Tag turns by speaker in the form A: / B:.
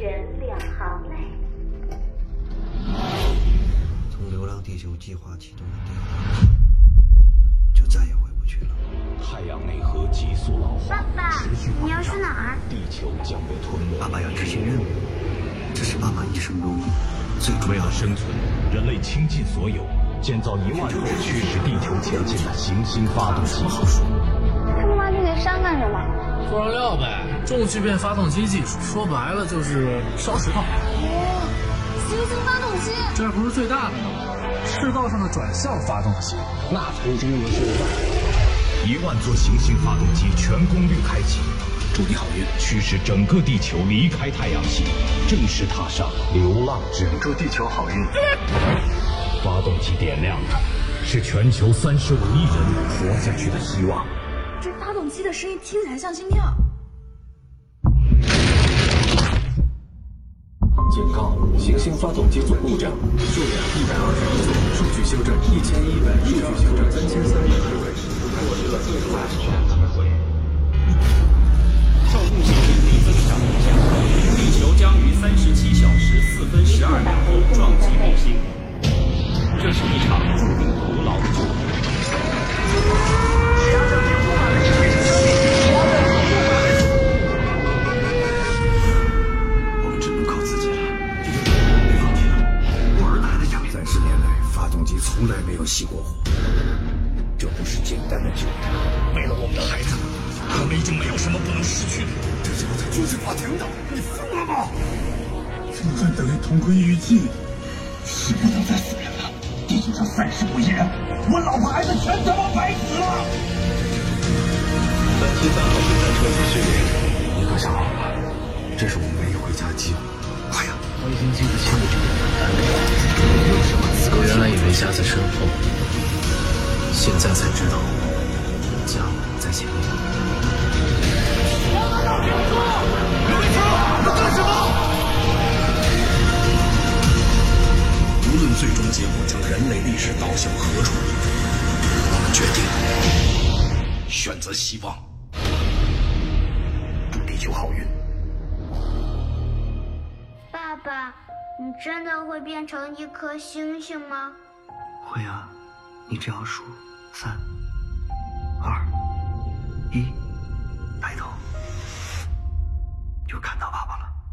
A: 人两行泪。
B: 从《流浪地球》计划启动的第一天起，就再也回不去了。
C: 太阳内核急速老化，
A: 爸爸
C: 持续，
A: 你要去哪儿？
C: 地球将被吞没。
B: 爸爸要执行任务，这是爸爸一生中最重
C: 为
B: 要
C: 了
B: 的事。
C: 生存，人类倾尽所有，建造一万个驱使地球前进的行星发动机。
A: 他们挖这个山干什么？
D: 做燃料呗，重聚变发动机技术，说白了就是烧石头。
A: 行星发动机。
D: 这不是最大的吗？赤道上的转向发动机，那才是真正的世界大。
C: 一万座行星发动机全功率开启，
D: 祝你好运。
C: 驱使整个地球离开太阳系，正式踏上流浪之旅。祝地球好运！发动机点亮的是全球三十五亿人活下去的希望。
E: 这发动机的声音听起来像心跳。
F: 警告：行星发动机总故障，数量一百二十一组，数据修正一千一百，数据修正三千三百六位。
G: 照顾能力可以增强无限。地球将于三十七小时四分十二秒后撞击木星。这是一场注定徒劳的作战。
B: 我们只能靠自己了，别放弃了。我儿子还在下面。三十年来，发动机从来没有熄过火。这不是简单的救援，为了我们的孩子，我们已经没有什么不能失去的。这是我在军事法庭的，你疯了吗？
H: 现在等于同归于尽。时间都在死人了，地球上三十五亿人，我老婆孩子全他妈白死了。
B: 你可想好了，这是我们唯一回家的机会。哎呀，我已经记不清了。有什么资格
D: 我原来以为家在身后，现在才知道家在前面。
F: 无论最终结果将人类历史导向何处，我们决定选择希望。祝地球好运！
A: 爸爸，你真的会变成一颗星星吗？
B: 会啊，你只要数三、二、一，抬头就看到爸爸了。